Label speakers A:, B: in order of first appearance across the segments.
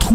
A: 突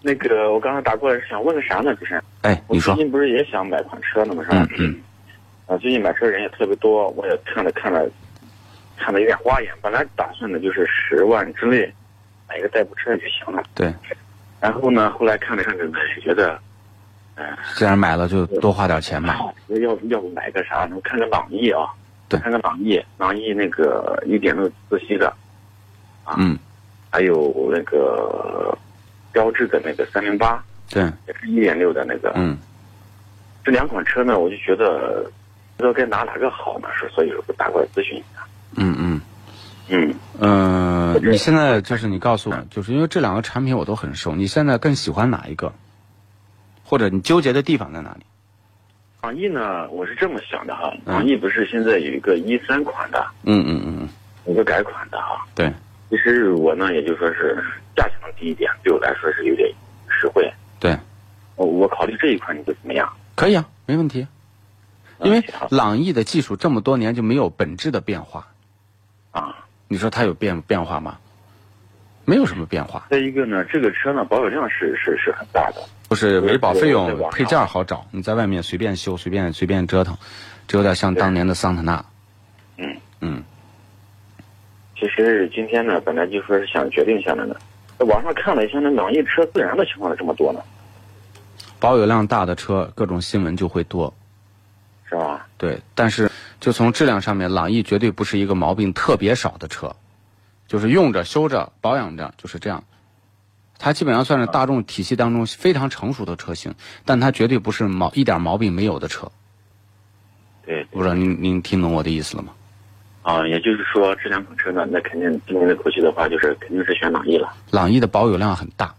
B: 那个我刚才打过来是想问个啥呢？不是，
C: 哎，
B: 我最
C: 你说，
B: 近不是也想买款车呢吗？是吧
C: 嗯？嗯，
B: 啊，最近买车人也特别多，我也看了看了，看的有点花眼。本来打算的就是十万之内买一个代步车就行了。
C: 对，
B: 然后呢，后来看了看这个，觉得
C: 既然买了就多花点钱吧。
B: 啊要要不买个啥呢？我看个朗逸啊，
C: 对
B: 看个朗逸，朗逸那个一点六自吸的，
C: 嗯，
B: 还有那个标致的那个三零八，
C: 对，
B: 也是一点六的那个，
C: 嗯
B: 这两款车呢，我就觉得不知道该拿哪个好呢，是所以说打过来咨询一下。
C: 嗯嗯。
B: 嗯，
C: 嗯、
B: 我觉得
C: 你现在就是你告诉我，就是因为这两个产品我都很熟，你现在更喜欢哪一个？或者你纠结的地方在哪里？
B: 朗逸呢，我是这么想的哈，
C: 嗯
B: 朗逸不是现在有一个一三款的，
C: 嗯嗯嗯嗯，
B: 有一个改款的哈。
C: 对
B: 其实我呢，也就说是价钱能低一点，对我来说是有点实惠。
C: 对，
B: 我我考虑这一款，你觉得怎么样？
C: 可以啊，没问题。因为
B: 嗯好
C: 朗逸的技术这么多年就没有本质的变化，
B: 啊，
C: 你说它有变变化吗？没有什么变化，
B: 再一个呢，这个车呢，保有量是是是很大的。
C: 就是维保费
B: 对对
C: 用
B: 对
C: 配件儿好找，你在外面随便修、随便随便折腾，这有点像当年的桑塔纳。
B: 嗯
C: 嗯，
B: 其实今天呢，本来就说是想决定一下的呢，在网上看了一下，那朗逸车自燃的情况有这么多呢，
C: 保有量大的车，各种新闻就会多。
B: 是吧？
C: 对，但是就从质量上面，朗逸绝对不是一个毛病特别少的车，就是用着、修着、保养着，就是这样。它基本上算是大众体系当中非常成熟的车型，但它绝对不是毛一点毛病没有的车。
B: 对，
C: 不知道您您听懂我的意思了吗？
B: 啊，也就是说这两款车呢，那肯定今年的口气的话，就是肯定是选朗逸了，
C: 朗逸的保有量很大，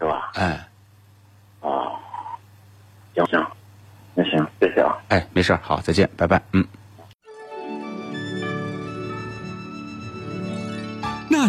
B: 是吧？
C: 哎
B: 啊，行行，那行，谢谢啊。
C: 哎，没事儿，好，再见，拜拜，嗯。
A: 那